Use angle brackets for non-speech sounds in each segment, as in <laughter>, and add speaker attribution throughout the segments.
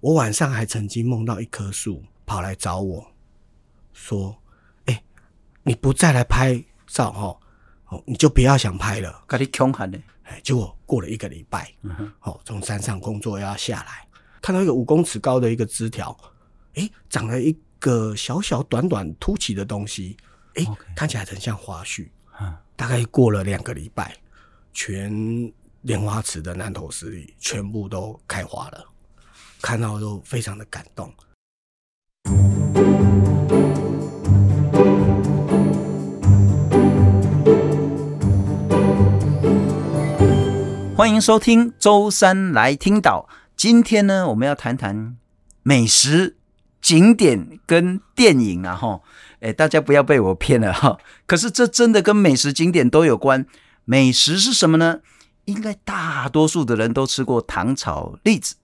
Speaker 1: 我晚上还曾经梦到一棵树跑来找我，说：“哎、你不再来拍照哦，哦，你就不要想拍了。
Speaker 2: 甲你恐吓的，”
Speaker 1: 哎，结果过了一个礼拜，
Speaker 2: 嗯哼
Speaker 1: 哦，从山上工作要下来，看到一个五公尺高的一个枝条，哎，长了一个小小短短凸起的东西，哎
Speaker 2: OK
Speaker 1: 看起来很像花絮。
Speaker 2: 嗯
Speaker 1: 大概过了两个礼拜，全莲花池的南投十里全部都开花了，看到都非常的感动。
Speaker 2: 欢迎收听周三来听岛。今天呢，我们要谈谈美食、景点跟电影啊，哈，哎，大家不要被我骗了哈。可是这真的跟美食、景点都有关。美食是什么呢？应该大多数的人都吃过糖炒栗子。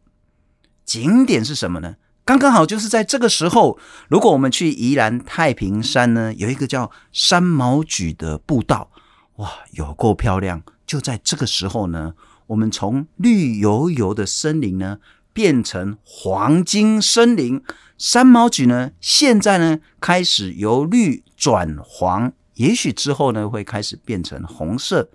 Speaker 2: 景点是什么呢？刚刚好就是在这个时候，如果我们去宜兰太平山呢，有一个叫山毛榉的步道，哇，有够漂亮！就在这个时候呢，我们从绿油油的森林呢，变成黄金森林。山毛榉呢，现在呢开始由绿转黄，也许之后呢会开始变成红色。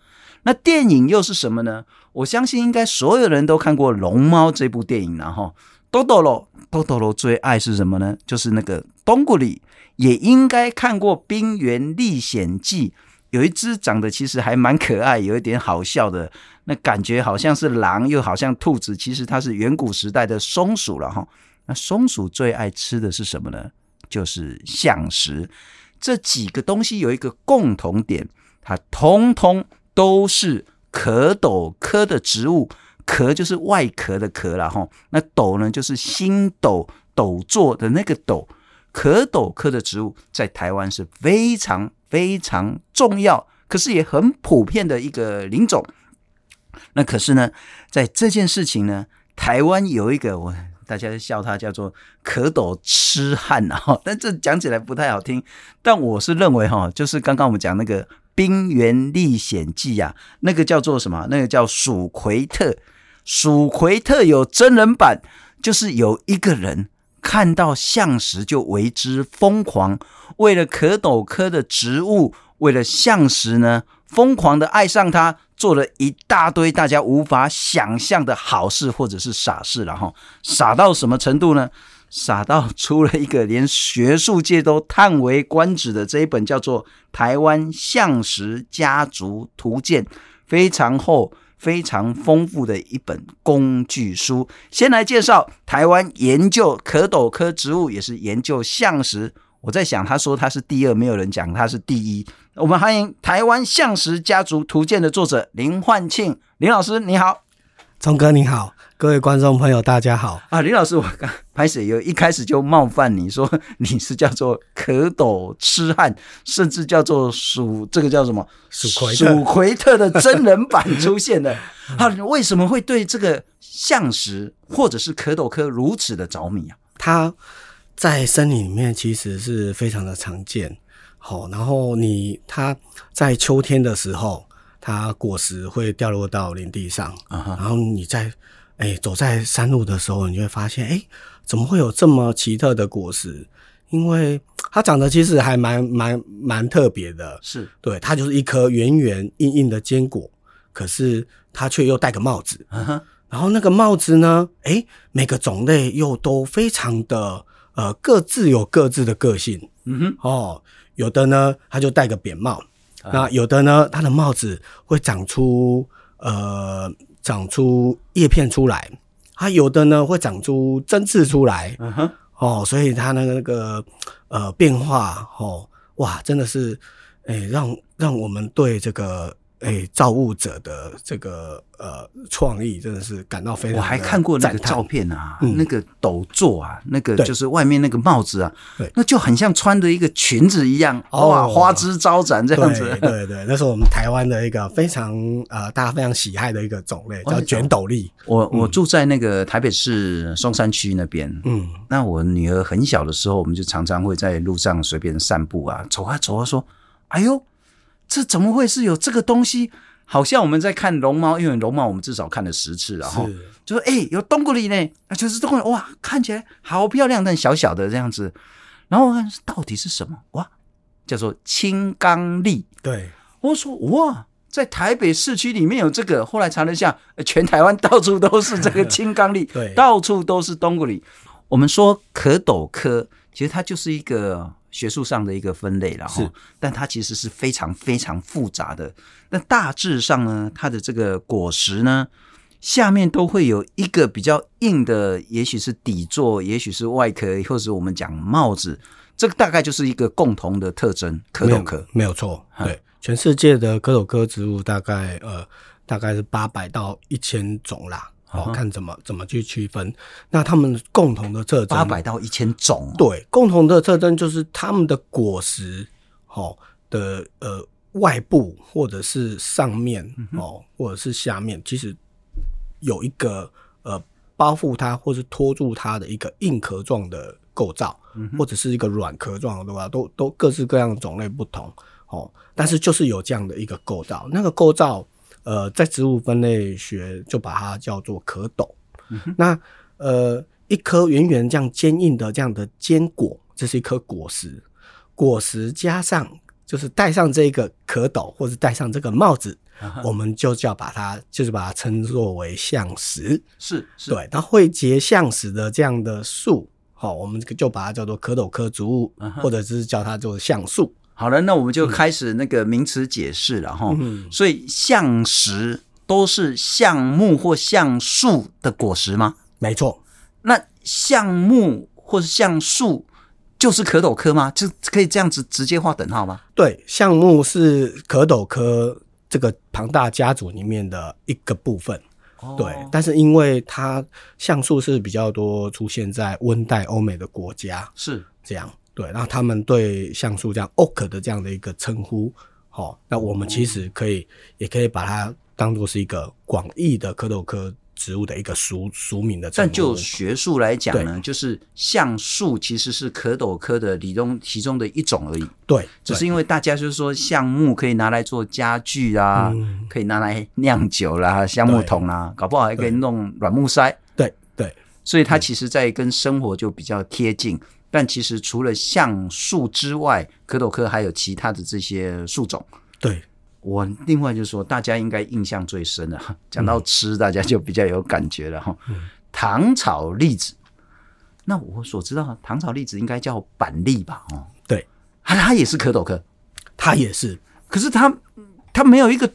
Speaker 2: 那电影又是什么呢？我相信应该所有人都看过《龙猫》这部电影了哈。豆豆喽，豆豆喽最爱是什么呢？就是那个冬古里，也应该看过《冰原历险记》。有一只长得其实还蛮可爱，有一点好笑的，那感觉好像是狼，又好像兔子，其实它是远古时代的松鼠了哈。那松鼠最爱吃的是什么呢？就是象食。这几个东西有一个共同点，它通通都是壳斗科的植物，壳就是外壳的壳了哈。那斗呢，就是星斗斗座的那个斗。壳斗科的植物在台湾是非常非常重要，可是也很普遍的一个林种。那可是呢，在这件事情呢，台湾有一个我大家笑他叫做壳斗痴汉啊， <laughs> 哈但这讲起来不太好听。但我是认为哈，就是刚刚我们讲那个《冰原历险记》啊，那个叫做什么？那个叫鼠奎特。鼠奎特有真人版，就是有一个人看到象石就为之疯狂，为了壳斗科的植物，为了象石呢，疯狂的爱上它，做了一大堆大家无法想象的好事或者是傻事了哈。傻到什么程度呢？傻到出了一个连学术界都叹为观止的这一本叫做《台湾象石家族图鉴》，非常厚、非常丰富的一本工具书。先来介绍台湾研究壳斗科植物，也是研究象石。我在想，他说他是第二，没有人讲他是第一。我们欢迎《台湾象石家族图鉴》的作者林焕庆林老师，你好。
Speaker 1: 钟哥你好，各位观众朋友大家好，
Speaker 2: 啊，林老师，我刚拍摄有一开始就冒犯你说你是叫做壳斗痴汉，甚至叫做鼠，这个叫什么？
Speaker 1: 鼠奎特
Speaker 2: 鼠奎特的真人版出现了。啊，你为什么会对这个象石或者是壳斗科如此的着迷啊？
Speaker 1: 它在森林里面其实是非常的常见。好，然后你它在秋天的时候，它果实会掉落到林地上，
Speaker 2: 啊哈
Speaker 1: 然后你在哎走在山路的时候，你就会发现，哎，怎么会有这么奇特的果实？因为它长得其实还蛮蛮蛮特别的，
Speaker 2: 是
Speaker 1: 对，它就是一颗圆圆硬硬的坚果，可是它却又戴个帽子，
Speaker 2: 啊哈，
Speaker 1: 然后那个帽子呢，诶，每个种类又都非常的呃，各自有各自的个性
Speaker 2: 嗯哼，
Speaker 1: 哦。有的呢，它就戴个扁帽，
Speaker 2: 啊
Speaker 1: 那有的呢，它的帽子会长出呃，长出叶片出来，它有的呢会长出针刺出来
Speaker 2: 嗯哼，
Speaker 1: 哦，所以它那个那个呃变化哦，哇，真的是诶，让让我们对这个。诶造物者的这个呃创意真的是感到非常。
Speaker 2: 我还看过那个照
Speaker 1: 照。
Speaker 2: 片啊，
Speaker 1: 嗯
Speaker 2: 那个斗座啊，那个
Speaker 1: 对
Speaker 2: 就是外面那个帽子啊
Speaker 1: 对，
Speaker 2: 那就很像穿着一个裙子一样，
Speaker 1: 哦
Speaker 2: 哇，花枝招展这样
Speaker 1: 对
Speaker 2: 子。
Speaker 1: 对对，那是我们台湾的一个非常呃大家非常喜爱的一个种类，
Speaker 2: 哦
Speaker 1: 叫
Speaker 2: 是
Speaker 1: 卷斗笠。
Speaker 2: 我我住在那个台北市松山区那边。
Speaker 1: 嗯，
Speaker 2: 那我女儿很小的时候，我们就常常会在路上随便散步啊，走啊走啊，说：“哎呦，这怎么会是有这个东西？好像我们在看龙猫，因为龙猫我们至少看了十次了哈。
Speaker 1: 是
Speaker 2: 就说哎、欸有冬瓜梨呢，啊就是冬瓜梨哇，看起来好漂亮，但小小的这样子。然后我看到底是什么哇，叫做青冈栎。
Speaker 1: 对，
Speaker 2: 我说哇，在台北市区里面有这个。后来查了一下，呃全台湾到处都是这个青冈栎，
Speaker 1: <laughs> 对
Speaker 2: 到处都是冬瓜梨。我们说可斗科，其实它就是一个学术上的一个分类了哈
Speaker 1: 是，
Speaker 2: 但它其实是非常非常复杂的。那大致上呢，它的这个果实呢，下面都会有一个比较硬的，也许是底座，也许是外壳，或者是我们讲帽子，这个大概就是一个共同的特征，可
Speaker 1: 没
Speaker 2: 斗
Speaker 1: 有
Speaker 2: 科。
Speaker 1: 没有错。对，全世界的可口科植物大概呃大概是八百到一千种啦，
Speaker 2: 啊
Speaker 1: 好、
Speaker 2: 哈
Speaker 1: 看怎么怎么去区分。那它们共同的特征，
Speaker 2: 八百到一千种哦，
Speaker 1: 对，共同的特征就是它们的果实，哦的呃外部或者是上面哦，或者是下面，其实有一个呃包覆它或是托住它的一个硬壳状的构造，或者是一个软壳状的构造，都都各式各样的种类不同哦。但是就是有这样的一个构造，那个构造呃在植物分类学就把它叫做壳斗。那呃，一颗圆圆这样坚硬的这样的坚果，这是一颗果实，果实加上就是戴上这个壳斗或者戴上这个帽子，我们就叫把它就是把它称作为象石。
Speaker 2: 是是，
Speaker 1: 对，它会结象石的这样的树，好、我们就把它叫做壳斗科植物，或者是叫它做橡树。
Speaker 2: 好了，那我们就开始那个名词解释了哈。
Speaker 1: 嗯，
Speaker 2: 所以橡石都是橡木或橡树的果实吗？
Speaker 1: 没错，
Speaker 2: 那橡木或是橡树就是可斗科吗？就可以这样子直接画等号吗？
Speaker 1: 对，橡木是壳斗科这个庞大家族里面的一个部分。
Speaker 2: 哦
Speaker 1: 对，但是因为它橡树是比较多出现在温带欧美的国家，
Speaker 2: 是
Speaker 1: 这样对，那他们对橡树这样 oak 的这样的一个称呼，好、那我们其实可以、也可以把它当做是一个广义的蝌蚪科植物的一个俗俗名的称呼。
Speaker 2: 但就学术来讲呢，就是橡树其实是可斗科的其中其中的一种而已，
Speaker 1: 对，
Speaker 2: 只
Speaker 1: 对
Speaker 2: 是因为大家就是说橡木可以拿来做家具啊，
Speaker 1: 嗯
Speaker 2: 可以拿来酿酒啦、橡木桶啦，搞不好还可以弄软木塞，
Speaker 1: 对对
Speaker 2: 所以它其实在跟生活就比较贴近。但其实除了橡树之外，可斗科还有其他的这些树种。
Speaker 1: 对，
Speaker 2: 我另外就说，大家应该印象最深的， <laughs> 讲到吃，大家就比较有感觉了哈。
Speaker 1: 嗯
Speaker 2: 糖炒栗子，那我所知道糖炒栗子应该叫板栗吧？哦，
Speaker 1: 对，
Speaker 2: 它它也是可斗科，
Speaker 1: 它也是。
Speaker 2: 可是它它没有一个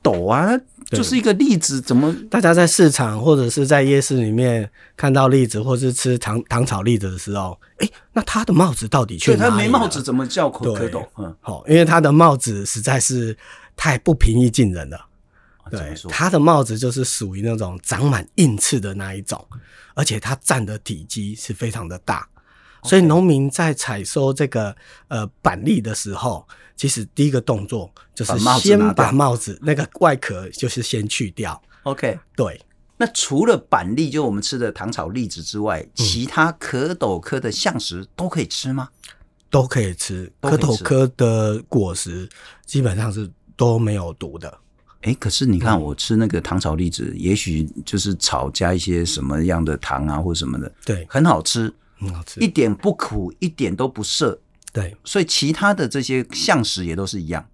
Speaker 2: 斗啊，它
Speaker 1: 对
Speaker 2: 就是一个栗子，怎么
Speaker 1: 大家在市场或者是在夜市里面看到栗子，或是吃糖糖炒栗子的时候，哎、那它的帽子到底去
Speaker 2: 对
Speaker 1: 哪
Speaker 2: 它
Speaker 1: 里
Speaker 2: 没帽
Speaker 1: 了
Speaker 2: 子怎么叫可
Speaker 1: 对
Speaker 2: 可斗？嗯，
Speaker 1: 好、因为他的帽子实在是太不平易近人了。
Speaker 2: 啊怎
Speaker 1: 对
Speaker 2: 么，说？
Speaker 1: 他的帽子就是属于那种长满硬刺的那一种，而且它占的体积是非常的大，所以农民在采收这个呃板栗的时候，其实第一个动作就是
Speaker 2: 把帽子
Speaker 1: 先
Speaker 2: 拿掉
Speaker 1: 把帽子那个外壳就是先去掉。
Speaker 2: OK，
Speaker 1: 对，
Speaker 2: 那除了板栗，就我们吃的糖炒栗子之
Speaker 1: 嗯
Speaker 2: 外，其他可斗科的橡实都可以吃吗？
Speaker 1: 嗯都可以吃。
Speaker 2: 都可
Speaker 1: 可
Speaker 2: 以吃
Speaker 1: 头科的果实基本上是都没有毒的。
Speaker 2: 哎，可是你看，我吃那个糖炒栗子，也许就是炒加一些什么样的糖啊，或什么的，
Speaker 1: 对，
Speaker 2: 很好吃，
Speaker 1: 很好吃
Speaker 2: 一。点不苦，一点都不涩。
Speaker 1: 对，
Speaker 2: 所以其他的这些橡实也都是一样，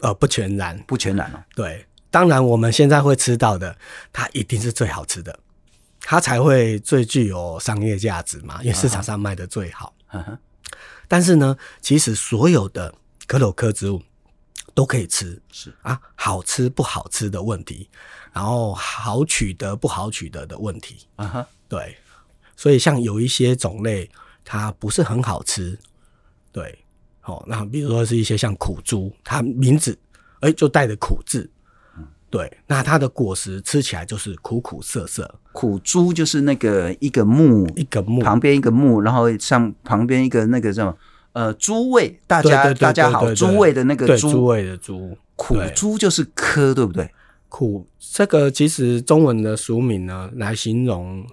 Speaker 1: 呃，不全然。
Speaker 2: 不全然哦。
Speaker 1: 对，当然我们现在会吃到的，它一定是最好吃的，它才会最具有商业价值嘛，因为市场上卖的最好。
Speaker 2: 呵呵
Speaker 1: 但是呢，其实所有的可口科植物都可以吃
Speaker 2: 是
Speaker 1: 啊，好吃不好吃的问题，然后好取得不好取得的问题，
Speaker 2: 啊哈，
Speaker 1: 对，所以像有一些种类它不是很好吃，对，哦，那比如说是一些像苦珠，它名字哎、就带着苦字，对，那它的果实吃起来就是苦苦涩涩，
Speaker 2: 苦珠就是那个一个木
Speaker 1: 一个木
Speaker 2: 旁边一个木，然后上旁边一个那个什么呃猪味，大家
Speaker 1: 对对对对
Speaker 2: 大家好，
Speaker 1: 对对
Speaker 2: 猪味的那个
Speaker 1: 对
Speaker 2: 猪，
Speaker 1: 猪味的猪
Speaker 2: 苦
Speaker 1: 对
Speaker 2: 猪就是科，对不对？
Speaker 1: 苦，这个其实中文的俗名呢来形容。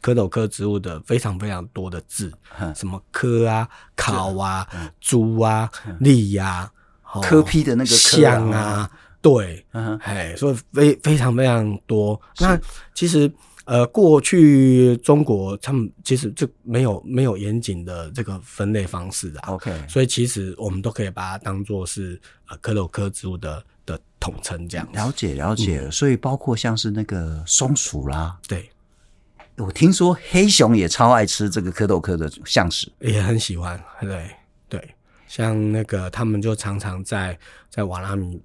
Speaker 1: 蝌蚪科植物的非常非常多的字，
Speaker 2: 嗯
Speaker 1: 什么科啊、考啊、猪啊、栗呀、啊、哦
Speaker 2: 科批嗯的那个科
Speaker 1: 像，啊，对，
Speaker 2: 嗯哼，
Speaker 1: 哎，所以非非常非常多。那其实呃，过去中国他们其实就没有没有严谨的这个分类方式啊，
Speaker 2: OK，
Speaker 1: 所以其实我们都可以把它当做是呃科鲁科植物的的统称这样子。
Speaker 2: 了解了解、
Speaker 1: 嗯
Speaker 2: 所以包括像是那个松鼠啦，
Speaker 1: 对，
Speaker 2: 我听说黑熊也超爱吃这个蝌蚪科的象屎。
Speaker 1: 也很喜欢，对对，像那个他们就常常在在瓦拉米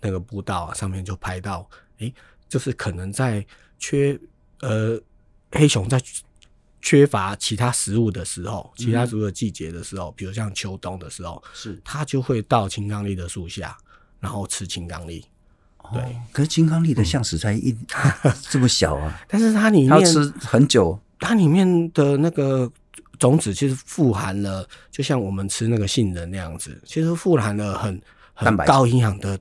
Speaker 1: 那个步道啊上面就拍到，诶，就是可能在缺呃黑熊在缺乏其他食物的时候，其他
Speaker 2: 嗯
Speaker 1: 食物的季节的时候，比如像秋冬的时候，
Speaker 2: 是
Speaker 1: 它就会到青冈栎的树下，然后吃青冈栎。对
Speaker 2: 哦，可是金刚力的象屎才一、这么小 <laughs> 啊，
Speaker 1: 但是它里
Speaker 2: 它要
Speaker 1: 面
Speaker 2: 吃很久。
Speaker 1: 它里面的那个种子其实富含了，就像我们吃那个杏仁那样子，其实富含了很
Speaker 2: 蛋
Speaker 1: 很
Speaker 2: 白质
Speaker 1: 高营养的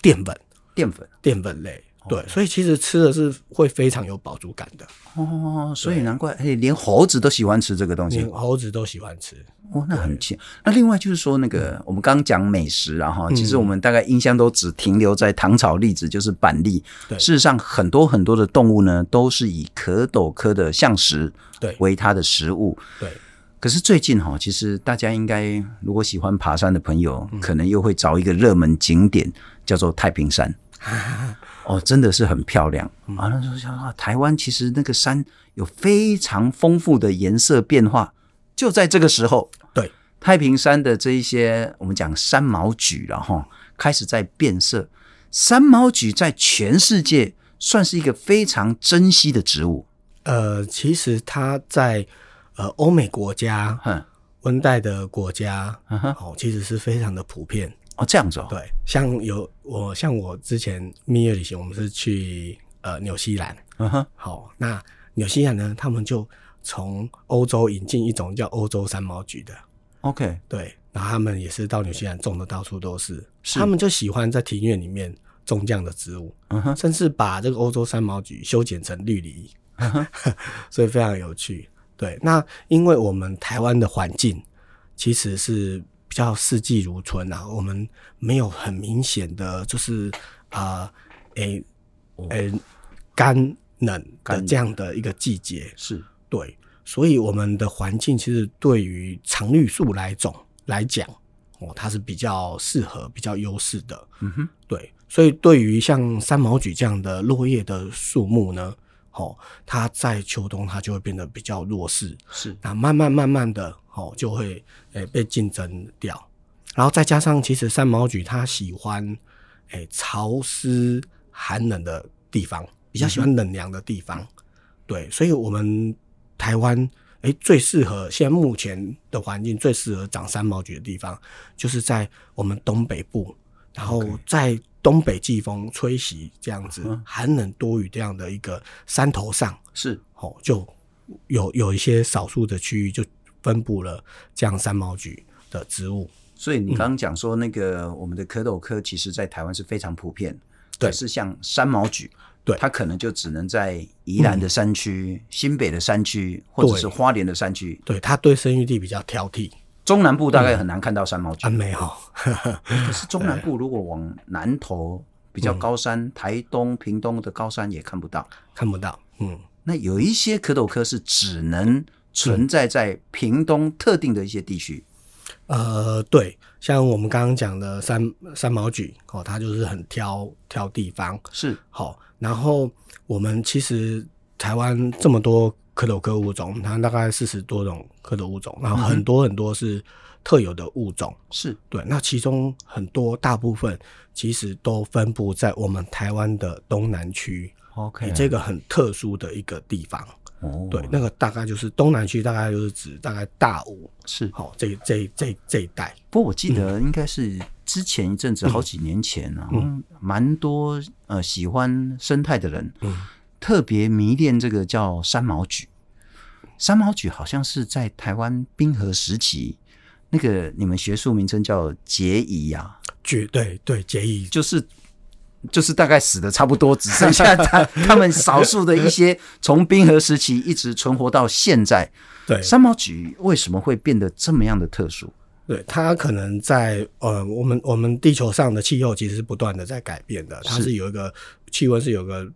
Speaker 1: 淀粉，
Speaker 2: 淀粉
Speaker 1: 淀粉类。对，所以其实吃的是会非常有饱足感的，
Speaker 2: 哦，所以难怪，哎，连猴子都喜欢吃这个东西
Speaker 1: 连。猴子都喜欢吃。
Speaker 2: 哦，那很强。那另外就是说，那个我们刚刚讲美食啊，哈，
Speaker 1: 嗯
Speaker 2: 其实我们大概印象都只停留在糖炒栗子，就是板栗。
Speaker 1: 对
Speaker 2: 事实上很多很多的动物呢，都是以蝌蚪科的象食
Speaker 1: 对
Speaker 2: 为它的食物。
Speaker 1: 对，
Speaker 2: 可是最近哈，其实大家应该如果喜欢爬山的朋友，
Speaker 1: 嗯
Speaker 2: 可能又会找一个热门景点，叫做太平山。哦，真的是很漂亮啊！那时候想啊，台湾其实那个山有非常丰富的颜色变化，就在这个时候，
Speaker 1: 对
Speaker 2: 太平山的这一些我们讲山毛榉了哈，开始在变色。山毛榉在全世界算是一个非常珍稀的植物，
Speaker 1: 呃，其实它在呃欧美国家、
Speaker 2: 哼，
Speaker 1: 温带的国家，
Speaker 2: 嗯哼，
Speaker 1: 哦，其实是非常的普遍。
Speaker 2: 哦，这样子哦，
Speaker 1: 对，像有我像我之前蜜月旅行，我们是去呃纽西兰，
Speaker 2: 嗯哼，
Speaker 1: 好，那纽西兰呢，他们就从欧洲引进一种叫欧洲三毛菊的，
Speaker 2: OK，
Speaker 1: 对，然后他们也是到纽西兰种的到处都是，
Speaker 2: 是
Speaker 1: 他们就喜欢在庭院里面种这样的植物，
Speaker 2: 嗯哼，
Speaker 1: 甚至把这个欧洲三毛菊修剪成绿篱， <laughs> 所以非常有趣。对，那因为我们台湾的环境其实是比较四季如春啊，我们没有很明显的就是啊，诶、诶、干冷的这样的一个季节，
Speaker 2: 是
Speaker 1: 对，所以我们的环境其实对于常绿树来种来讲，哦，它是比较适合、比较优势的。
Speaker 2: 嗯哼，
Speaker 1: 对，所以对于像三毛榉这样的落叶的树木呢，哦，它在秋冬它就会变得比较弱势，
Speaker 2: 是
Speaker 1: 那慢慢慢慢的，哦，就会诶、被竞争掉。然后再加上，其实三毛榉它喜欢诶、潮湿寒冷的地方，比较喜
Speaker 2: 嗯
Speaker 1: 欢冷凉的地方。对，所以我们台湾诶、最适合现在目前的环境最适合长三毛榉的地方，就是在我们东北部，然后
Speaker 2: OK
Speaker 1: 在东北季风吹袭这样子
Speaker 2: 嗯
Speaker 1: 寒冷多雨这样的一个山头上。
Speaker 2: 是
Speaker 1: 哦，就有有一些少数的区域就分布了这样三毛菊的植物。
Speaker 2: 所
Speaker 1: 嗯
Speaker 2: 以你刚刚讲说那个我们的蝌蚪科，其实在台湾是非常普遍，
Speaker 1: 对
Speaker 2: 可是像山毛榉，
Speaker 1: 对
Speaker 2: 它可能就只能在宜兰的山区、新北的山区，或者是花莲的山区，
Speaker 1: 对，它对生育地比较挑剔，
Speaker 2: 中南部大概很难看到山毛榉。
Speaker 1: 很美好。
Speaker 2: 可是中南部如果往南投
Speaker 1: 嗯
Speaker 2: 比较高山，台东、屏东的高山也看不到。
Speaker 1: <laughs> 看不到。嗯，
Speaker 2: 那有一些蝌蚪科是只能存在在屏东特定的一些地区。
Speaker 1: 呃，对，像我们刚刚讲的三三毛菊，哦，它就是很挑挑地方。
Speaker 2: 是
Speaker 1: 好、然后我们其实台湾这么多蝌蚪科物种，它大概四十多种蝌蚪物种，然后很多很多是特有的物种。
Speaker 2: 是
Speaker 1: 对，那其中很多大部分其实都分布在我们台湾的东南区，
Speaker 2: ，OK，
Speaker 1: 哦这个很特殊的一个地方。
Speaker 2: 哦，
Speaker 1: 对，那个大概就是东南区，大概就是指大概大武，
Speaker 2: 是
Speaker 1: 好、这这这这一带。
Speaker 2: 不过我记得应该是之前一阵子，好几年前啊，嗯蛮多呃喜欢生态的人，
Speaker 1: 嗯
Speaker 2: 特别迷恋这个叫山毛榉。山毛榉好像是在台湾冰河时期，那个你们学术名称叫结蚁啊，
Speaker 1: 绝对对，结义
Speaker 2: 就是就是大概死的差不多，只剩下 <laughs> 他他们少数的一些从冰河时期一直存活到现在。
Speaker 1: 对
Speaker 2: 山毛榉为什么会变得这么样的特殊？
Speaker 1: 对，它可能在呃，我们我们地球上的气候其实是不断的在改变的，它
Speaker 2: 是
Speaker 1: 是有一个气温是有个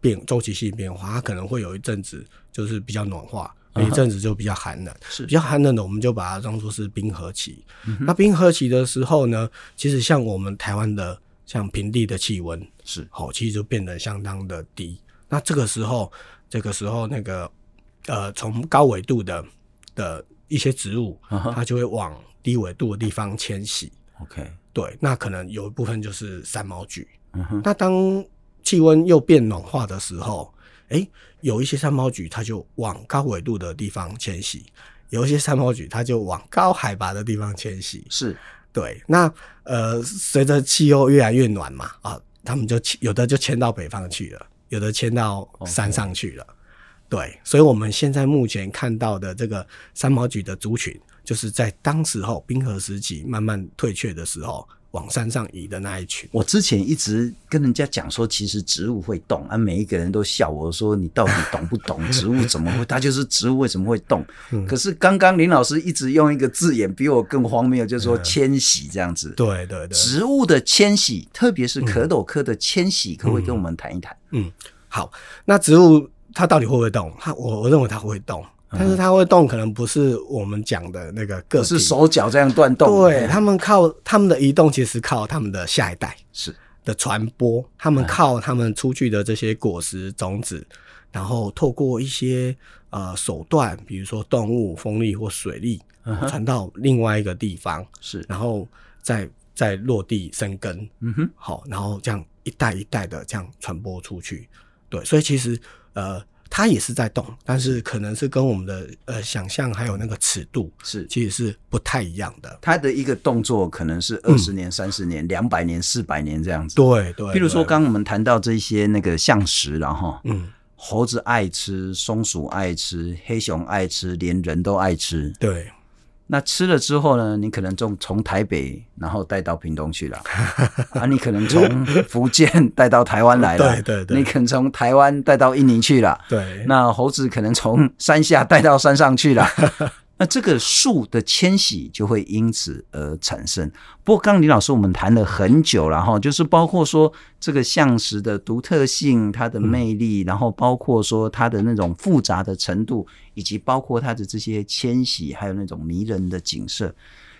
Speaker 1: 变周期性变化，它可能会有一阵子就是比较暖化，
Speaker 2: 嗯
Speaker 1: 有
Speaker 2: 哼
Speaker 1: 一阵子就比较寒冷。
Speaker 2: 是
Speaker 1: 比较寒冷的，我们就把它当做是冰河期。那冰河期的时候呢，其实像我们台湾的像平地的气温，
Speaker 2: 是
Speaker 1: 好、其实就变得相当的低。那这个时候，这个时候那个呃，从高纬度的的一些植物，
Speaker 2: 啊哈
Speaker 1: 它就会往低纬度的地方迁徙。
Speaker 2: OK，
Speaker 1: 对，那可能有一部分就是三毛菊。
Speaker 2: 嗯哼，
Speaker 1: 那当气温又变暖化的时候，诶，有一些山毛菊它就往高纬度的地方迁徙，有一些山毛菊它就往高海拔的地方迁徙。
Speaker 2: 是
Speaker 1: 对，那呃，随着气候越来越暖嘛，啊，他们就迁有的就迁到北方去了，有的迁到山上去了。对，所以我们现在目前看到的这个三毛菊的族群，就是在当时候冰河时期慢慢退却的时候，往山上移的那一群。
Speaker 2: 我之前一直跟人家讲说，其实植物会动啊，每一个人都笑我说你到底懂不
Speaker 1: <laughs>
Speaker 2: 懂植物怎么会？它就是植物为什么会动？
Speaker 1: 嗯
Speaker 2: 可是刚刚林老师一直用一个字眼比我更荒谬，就是说迁徙这样子。
Speaker 1: 嗯对嗯对对，
Speaker 2: 植物的迁徙，特别是可斗科的迁徙，可不可以跟我们谈一谈？
Speaker 1: 好，那植物它到底会不会动？它我我认为它会动，
Speaker 2: 嗯
Speaker 1: 但是它会动可能不是我们讲的那个个
Speaker 2: 不
Speaker 1: 体，
Speaker 2: 是手脚这样断动，
Speaker 1: 嗯对
Speaker 2: 哎
Speaker 1: 他们靠他们的移动，其实靠他们的下一代
Speaker 2: 是
Speaker 1: 的传播，他
Speaker 2: 嗯
Speaker 1: 们靠他们出去的这些果实种子，然后透过一些呃手段，比如说动物、风力或水力，
Speaker 2: 嗯哼
Speaker 1: 传到另外一个地方，
Speaker 2: 是，
Speaker 1: 然后再再落地生根。
Speaker 2: 嗯哼，
Speaker 1: 好，然后这样一代一代的这样传播出去。对，所以其实呃，它也是在动，但是可能是跟我们的呃想象还有那个尺度
Speaker 2: 是。
Speaker 1: 其实是不太一样的。
Speaker 2: 它的一个动作可能是二十年、三十年、两百年、四百年这样子。
Speaker 1: 对对，
Speaker 2: 譬如说，
Speaker 1: 对
Speaker 2: 刚刚我们谈到这些那个象食了哈，
Speaker 1: 嗯，
Speaker 2: 猴子爱吃，松鼠爱吃，黑熊爱吃，连人都爱吃。
Speaker 1: 对
Speaker 2: 那吃了之后呢，你可能从从台北然后带到屏东去
Speaker 1: <laughs>
Speaker 2: 了，啊，你可能从福建带到台湾来了，
Speaker 1: 对对对
Speaker 2: 你可能从台湾带到印尼去了。
Speaker 1: 对，
Speaker 2: 那猴子可能从山下带到山上去了。那这个树的迁徙就会因此而产生。不过，刚刚李老师我们谈了很久了哈，就是包括说这个象石的独特性、它的魅力，然后包括说它的那种复杂的程度，以及包括它的这些迁徙，还有那种迷人的景色。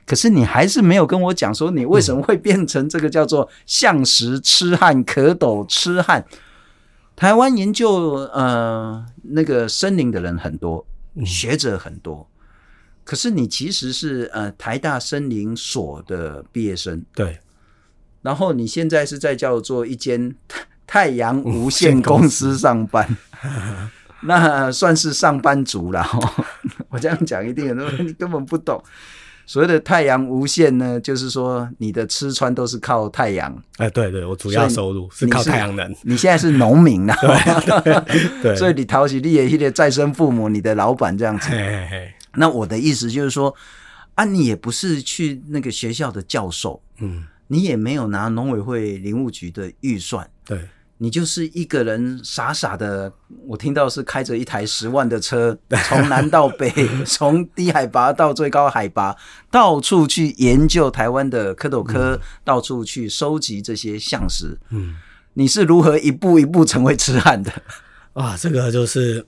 Speaker 2: 可是你还是没有跟我讲说你为什么会变成这个叫做象石痴汉、可斗痴汉。台湾研究呃那个森林的人很多，学者很多，可是你其实是呃台大森林所的毕业生，
Speaker 1: 对
Speaker 2: 然后你现在是在叫做一间 <laughs> 太太阳无限公司
Speaker 1: <laughs>
Speaker 2: 上班，那算是上班族了。哦 <laughs> 我这样讲一定很多人根本不懂。所谓的太阳无限呢，就是说你的吃穿都是靠太阳，
Speaker 1: 哎、对对，我主要收入是
Speaker 2: 你
Speaker 1: 靠
Speaker 2: 是
Speaker 1: 太阳
Speaker 2: <laughs>
Speaker 1: 能。
Speaker 2: 你现在是农民了。 <laughs>
Speaker 1: 对，
Speaker 2: 所以你讨起你也一个再生父母，你的老板这样子。
Speaker 1: 嘿嘿嘿，
Speaker 2: 那我的意思就是说，啊，你也不是去那个学校的教授，
Speaker 1: 嗯，
Speaker 2: 你也没有拿农委会林务局的预算，
Speaker 1: 对
Speaker 2: 你就是一个人傻傻的。我听到是开着一台十万的车，从南到 <laughs> 北，从低海拔到最高海拔，到处去研究台湾的蝌蚪科，到处去收集这些象石。
Speaker 1: 嗯，
Speaker 2: 你是如何一步一步成为痴汉的？
Speaker 1: 啊，这个就是，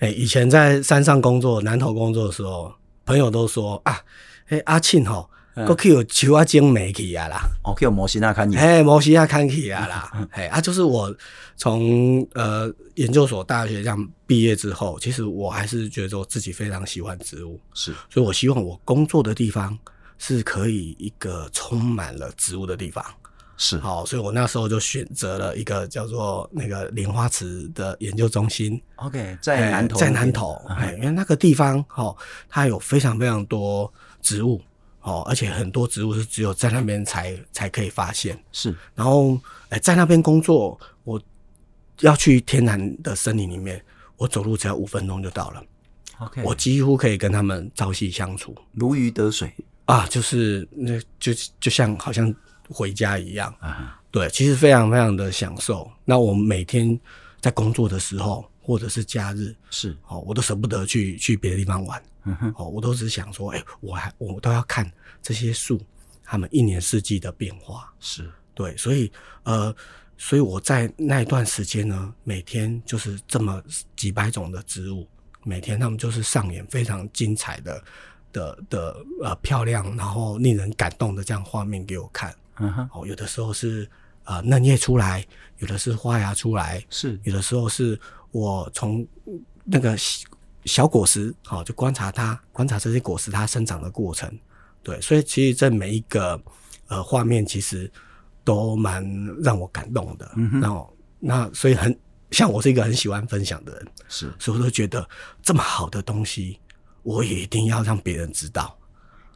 Speaker 1: 哎、以前在山上工作、南投工作的时候，朋友都说啊，哎、阿庆吼，
Speaker 2: 嗯
Speaker 1: 过去有树啊精美去啊啦。
Speaker 2: 哦，给我摩西那看你。嗯
Speaker 1: 哎，摩西亚坎起啊啦，哎啊，就是我从呃研究所、大学这样毕业之后，其实我还是觉得我自己非常喜欢植物，
Speaker 2: 是
Speaker 1: 所以我希望我工作的地方是可以一个充满了植物的地方。
Speaker 2: 是，
Speaker 1: 好，所以我那时候就选择了一个叫做那个莲花池的研究中心，
Speaker 2: OK，在南投
Speaker 1: 哎
Speaker 2: 那
Speaker 1: 在
Speaker 2: 边，
Speaker 1: 南投，哎，因为那个地方哦，它有非常非常多植物哦，而且很多植物是只有在那边才才可以发现。
Speaker 2: 是
Speaker 1: 然后哎，在那边工作，我要去天然的森林里面，我走路只要五分钟就到了，
Speaker 2: OK，
Speaker 1: 我几乎可以跟他们朝夕相处
Speaker 2: 如鱼得水
Speaker 1: 啊，就是那就就像好像回家一样，
Speaker 2: 啊，
Speaker 1: 对，其实非常非常的享受。那我每天在工作的时候，或者是假日，
Speaker 2: 是，
Speaker 1: 哦，我都舍不得去去别的地方玩，
Speaker 2: 嗯哼，
Speaker 1: 哦，我都只想说，哎、我还我都要看这些树，它们一年四季的变化。
Speaker 2: 是
Speaker 1: 对，所以呃，所以我在那一段时间呢，每天就是这么几百种的植物，每天他们就是上演非常精彩的的的呃漂亮，然后令人感动的这样画面给我看。
Speaker 2: 嗯哼，
Speaker 1: 哦，有的时候是呃嫩叶出来，有的是花芽出来，
Speaker 2: 是
Speaker 1: 有的时候是我从那个小小果实，好、就观察它，观察这些果实它生长的过程。对，所以其实这每一个呃画面其实都蛮让我感动的。
Speaker 2: 嗯哼
Speaker 1: 然后那所以很像我是一个很喜欢分享的人，
Speaker 2: 是，
Speaker 1: 所以我都觉得这么好的东西，我也一定要让别人知道。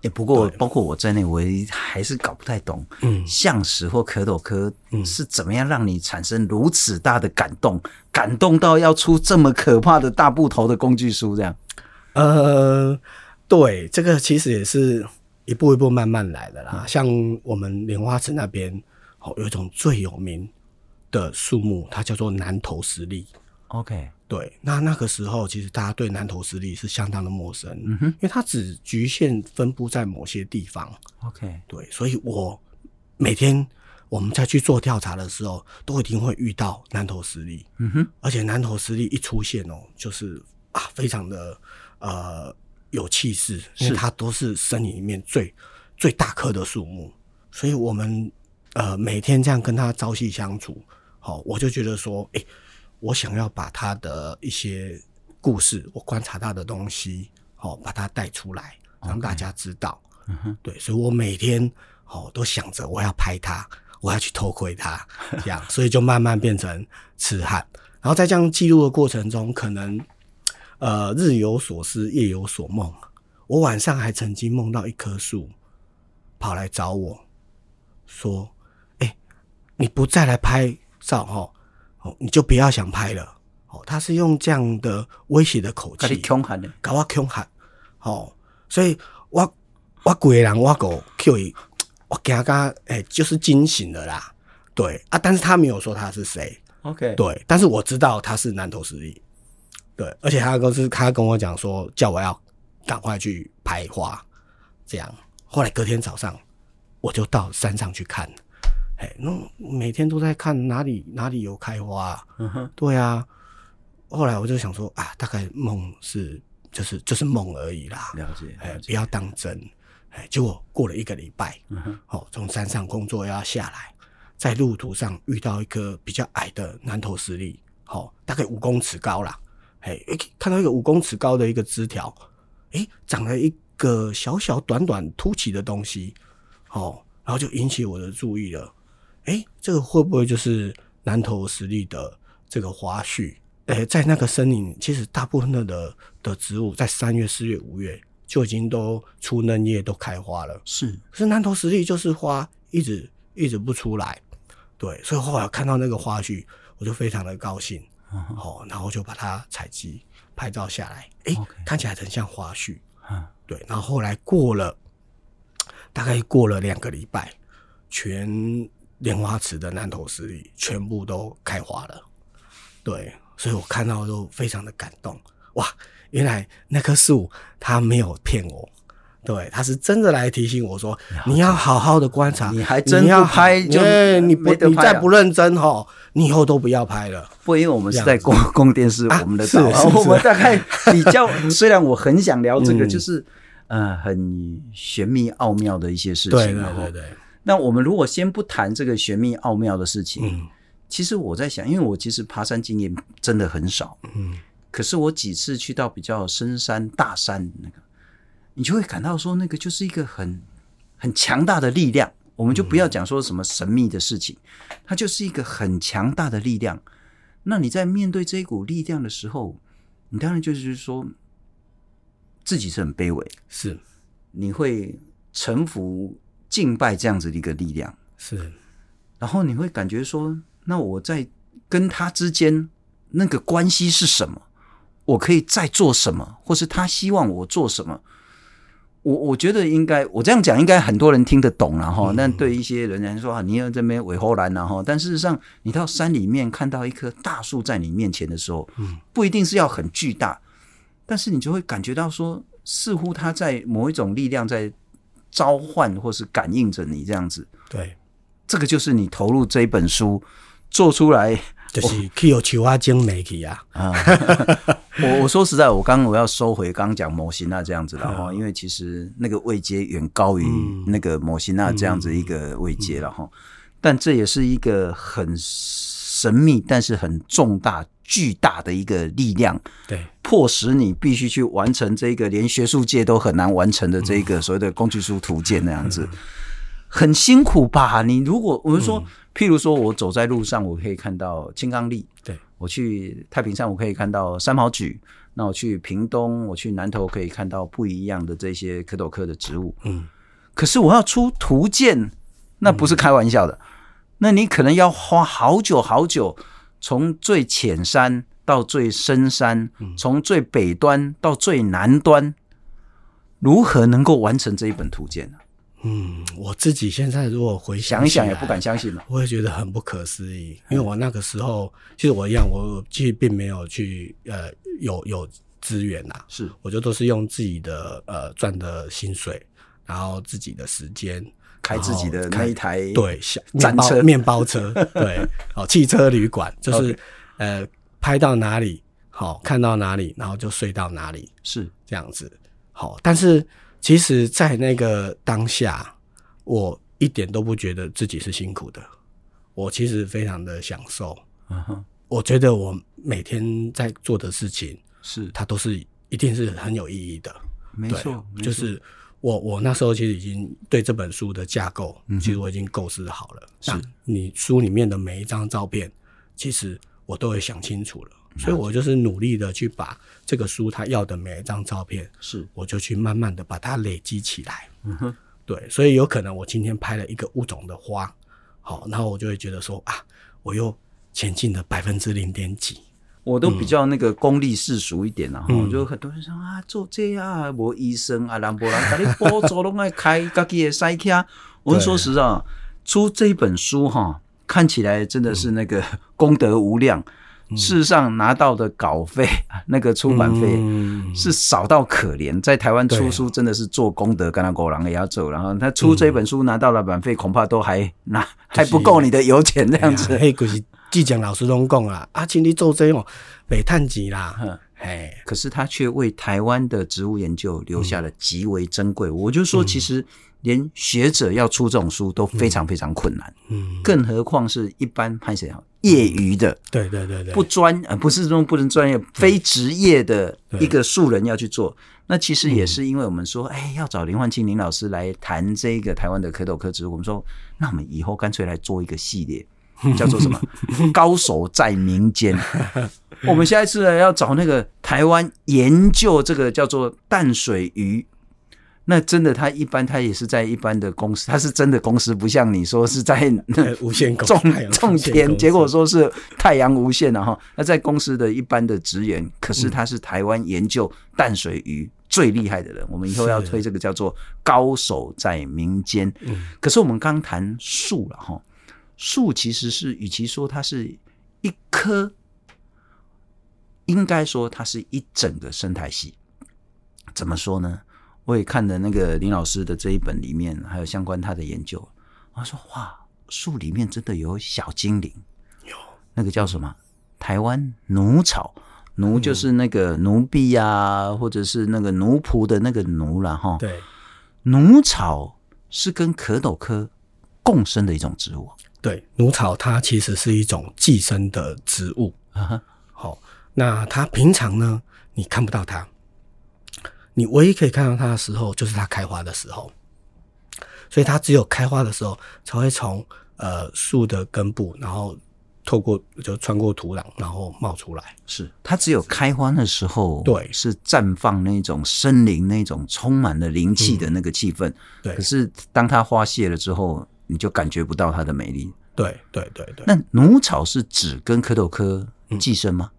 Speaker 2: 也不过包括我在内，我也还是搞不太懂
Speaker 1: 嗯，
Speaker 2: 象石或可斗科
Speaker 1: 嗯
Speaker 2: 是怎么样让你产生如此大的感动，感动到要出这么可怕的大部头的工具书这样。
Speaker 1: 呃，对，这个其实也是一步一步慢慢来的啦。像我们莲花池那边，哦，有一种最有名的树木，它叫做南投石栎。
Speaker 2: OK，
Speaker 1: 对，那那个时候其实大家对南投石栎是相当的陌生，
Speaker 2: 嗯
Speaker 1: 因
Speaker 2: 哼
Speaker 1: 为它只局限分布在某些地方。
Speaker 2: ，OK，
Speaker 1: 对，所以我每天我们再去做调查的时候，都一定会遇到南投石栎。
Speaker 2: 嗯哼，
Speaker 1: 而且南投实力一出现哦，就是啊，非常的呃有气势，因
Speaker 2: 是
Speaker 1: 为它都是森林里面最最大棵的树木，所以我们呃每天这样跟它朝夕相处，好、我就觉得说，诶，我想要把它的一些故事，我观察它的东西，好、把它带出来，让大家知道。
Speaker 2: 嗯哼，
Speaker 1: 对，所以我每天哦都想着我要拍它，我要去偷窥它，这
Speaker 2: <laughs>
Speaker 1: 样，所以就慢慢变成痴汉。然后在这样记录的过程中，可能呃日有所思，夜有所梦。我晚上还曾经梦到一棵树跑来找我，说：“哎、你不再来拍照哈，哦，你就不要想拍了。”哦，他是用这样的威胁的口
Speaker 2: 把你
Speaker 1: 气，
Speaker 2: 恐吓的，
Speaker 1: 甲我恐吓，吼、所以我我规个人我个叫伊，我惊到诶、就是惊醒了啦，对啊，但是他没有说他是谁，
Speaker 2: OK，
Speaker 1: 对，啊但是我知道他是南投实力，对，而且他公司他跟我讲说叫我要赶快去拍花，这样，后来隔天早上我就到山上去看，哎、那每天都在看哪里哪里有开花、啊。
Speaker 2: 嗯哼，
Speaker 1: 对啊，后来我就想说啊，大概梦是就是就是梦而已啦，
Speaker 2: 了解，
Speaker 1: 哎、
Speaker 2: 了
Speaker 1: 不
Speaker 2: 解，
Speaker 1: 要当真。哎、结果过了一个礼拜，
Speaker 2: 嗯哼，
Speaker 1: 哦，从山上工作要下来，在路途上遇到一棵比较矮的南投石栎，好、大概五公尺高啦。哎、诶看到一个五公尺高的一个枝条，哎、长了一个小小短短凸起的东西，哦，然后就引起我的注意了。哎、这个会不会就是南投石栎的这个花絮？哎、在那个森林，其实大部分的的植物在三月、四月、五月就已经都出嫩叶，都开花了。
Speaker 2: 是，
Speaker 1: 可是南投实力就是花一直一直不出来，对，所以后来看到那个花絮，我就非常的高兴，
Speaker 2: 嗯哼
Speaker 1: 哦，然后就把它采集拍照下来，诶，
Speaker 2: OK
Speaker 1: 看起来很像花絮，
Speaker 2: 嗯
Speaker 1: 对，然后后来过了大概过了两个礼拜，全莲花池的南投实力全部都开花了，对，所以我看到都非常的感动，哇，原来那棵树它没有骗我。对，它是真的来提醒我说，你要好好的观察，
Speaker 2: 你还真
Speaker 1: 你要
Speaker 2: 不拍
Speaker 1: 好
Speaker 2: 就
Speaker 1: 哎你不
Speaker 2: 没得
Speaker 1: 你
Speaker 2: 拍啊
Speaker 1: 再不认真吼，你以后都不要拍了。
Speaker 2: 不，因为我们是
Speaker 1: 这
Speaker 2: 在
Speaker 1: 样子
Speaker 2: 公 <laughs> 公电视，
Speaker 1: 啊
Speaker 2: 我们的
Speaker 1: 是
Speaker 2: 岛，
Speaker 1: 是是
Speaker 2: 我们大概比
Speaker 1: <laughs>
Speaker 2: 较，虽然我很想聊这个，
Speaker 1: 嗯
Speaker 2: 就是呃很玄秘奥妙的一些事情。
Speaker 1: 对对
Speaker 2: 然后
Speaker 1: 对对，
Speaker 2: 那我们如果先不谈这个玄秘奥妙的事情，
Speaker 1: 嗯
Speaker 2: 其实我在想，因为我其实爬山经验真的很少，
Speaker 1: 嗯
Speaker 2: 可是我几次去到比较深山、大山那个，你就会感到说，那个就是一个很很强大的力量。我们就不要讲说什么神秘的事情，它就是一个很强大的力量。那你在面对这一股力量的时候，你当然就是说自己是很卑微，
Speaker 1: 是
Speaker 2: 你会臣服、敬拜这样子的一个力量。
Speaker 1: 是
Speaker 2: 然后你会感觉说，那我在跟他之间那个关系是什么？我可以再做什么，或是他希望我做什么？我我觉得应该，我这样讲应该很多人听得懂了哈。那、对一些人来说啊，你要这边尾后兰然后，但事实上，你到山里面看到一棵大树在你面前的时候，
Speaker 1: 嗯，
Speaker 2: 不一定是要很巨大，但是你就会感觉到说，似乎它在某一种力量在召唤或是感应着你这样子。
Speaker 1: 对
Speaker 2: 这个就是你投入这一本书做出来 <laughs>
Speaker 1: 就是去有球啊精美去啊，
Speaker 2: 啊，我我说实在，我刚刚我要收回刚刚讲摩西娜这样子了哈，因为其实那个位阶远高于
Speaker 1: 嗯
Speaker 2: 那个摩西娜这样子一个位阶了哈，但这也是一个很神秘但是很重大巨大的一个力量，
Speaker 1: 对，
Speaker 2: 迫使你必须去完成这个连学术界都很难完成的这一个
Speaker 1: 嗯
Speaker 2: 所谓的工具书图鉴那样子，很辛苦吧？你如果我们
Speaker 1: 嗯
Speaker 2: 说，譬如说我走在路上，我可以看到青冈栎，
Speaker 1: 对
Speaker 2: 我去太平山，我可以看到三毛榉，那我去屏东，我去南投可以看到不一样的这些可斗科的植物。
Speaker 1: 嗯，
Speaker 2: 可是我要出图鉴，那不是开玩笑的。那你可能要花好久好久，从最浅山到最深山，
Speaker 1: 嗯
Speaker 2: 从最北端到最南端，如何能够完成这一本图鉴呢？
Speaker 1: 嗯，我自己现在如果回
Speaker 2: 想一
Speaker 1: 起
Speaker 2: 想也
Speaker 1: 来
Speaker 2: 不敢相信了。
Speaker 1: 我也觉得很不可思议，因为我那个时候其实我一样，我其实并没有去呃有有资源呐、
Speaker 2: 是，
Speaker 1: 我就都是用自己的呃赚的薪水，然后自己的时间
Speaker 2: 开自己的
Speaker 1: 然后
Speaker 2: 那一台
Speaker 1: 哦对小
Speaker 2: <laughs> 战
Speaker 1: 面包
Speaker 2: 车
Speaker 1: 面包
Speaker 2: <laughs>
Speaker 1: 车对哦汽车旅馆就是
Speaker 2: OK
Speaker 1: 呃拍到哪里好、看到哪里，然后就睡到哪里
Speaker 2: 是
Speaker 1: 这样子好、但是其实，在那个当下，我一点都不觉得自己是辛苦的，我其实非常的享受。
Speaker 2: 嗯哼，
Speaker 1: 我觉得我每天在做的事情，
Speaker 2: 是，
Speaker 1: 它都是一定是很有意义的。
Speaker 2: 没
Speaker 1: 对
Speaker 2: 错，没错
Speaker 1: 就是我我那时候其实已经对这本书的架构，
Speaker 2: 嗯哼
Speaker 1: 其实我已经构思好了。
Speaker 2: 是
Speaker 1: 那你书里面的每一张照片，其实我都会想清楚了，所以我就是努力的去把这个书它要的每一张照片，
Speaker 2: 是，
Speaker 1: 我就去慢慢的把它累积起来。
Speaker 2: 嗯哼，
Speaker 1: 对，所以有可能我今天拍了一个物种的花，好，然后我就会觉得说啊，我又前进了百分之零点几。
Speaker 2: 我都比较那个功利世俗一点啦、啊，
Speaker 1: 嗯
Speaker 2: 吼就很多人说啊，做这啊，无医生啊，兰博人把你包走拢爱开，家己也塞起啊。我们说实在啊，出这本书哈、看起来真的是那个功德无量，
Speaker 1: 嗯
Speaker 2: 事实上拿到的稿费、那个出版费。
Speaker 1: 嗯
Speaker 2: 是少到可怜，在台湾出书真的是做功德，干那狗狼也要走。然后他出
Speaker 1: 嗯
Speaker 2: 这本书拿到了版费，恐怕都还拿还不够你的油钱这样子。
Speaker 1: 哎嘿，就是季讲老师拢讲啦，啊，请你做这哦，袂趁钱
Speaker 2: 嗯
Speaker 1: 啦，嘿，
Speaker 2: 可是他却为台湾的植物研究留下了极为珍贵。我就说，其实连学者要出这种书都非常非常困难，
Speaker 1: 嗯，
Speaker 2: 更何况是一般拍谁啊业余的、
Speaker 1: 对对对嗯对，
Speaker 2: 不专呃不是这种不能专业、非职业的一个素人要去做。那其实也
Speaker 1: 嗯
Speaker 2: 是因为我们说，哎，要找林焕清林老师来谈这个台湾的蝌蚪科植物，我们说，那我们以后干脆来做一个系列。
Speaker 1: <laughs>
Speaker 2: 叫做什么？高手在民间。我们下一次呢要找那个台湾研究这个叫做淡水鱼。那真的，他一般他也是在一般的公司，他是真的公司，不像你说是在
Speaker 1: 呃 <laughs> 无限公司
Speaker 2: 种
Speaker 1: 太阳无限
Speaker 2: 种
Speaker 1: 公司啊
Speaker 2: 田，结果说是太阳无限了哈。那在公司的一般的职员，可是他是台湾研究淡水鱼最厉害的人。我们以后要
Speaker 1: 是
Speaker 2: 推这个叫做高手在民间。可是我们刚谈树了哈，树其实是，与其说它是一棵，应该说它是一整个生态系。怎么说呢？我也看了那个林老师的这一本里面，还有相关他的研究，他说哇，树里面真的有小精灵，
Speaker 1: 有
Speaker 2: 那个叫什么？台湾奴草，奴
Speaker 1: 嗯
Speaker 2: 就是那个奴婢啊，或者是那个奴仆的那个奴啦，哈。
Speaker 1: 对
Speaker 2: 奴草是跟蝌蚪科共生的一种植物
Speaker 1: 对，奴草它其实是一种寄生的植物，
Speaker 2: 啊哈，
Speaker 1: 好、那它平常呢，你看不到它，你唯一可以看到它的时候，就是它开花的时候，所以它只有开花的时候才会从呃树的根部，然后透过就穿过土壤，然后冒出来。
Speaker 2: 是它只有开花的时候，
Speaker 1: 对
Speaker 2: 是绽放那种森林那种充满了灵气的那个气氛。
Speaker 1: 嗯对
Speaker 2: 可是当它花谢了之后，你就感觉不到它的美丽。
Speaker 1: 对对对对。
Speaker 2: 那奴草是只跟蝌蚪科
Speaker 1: 嗯
Speaker 2: 寄生吗？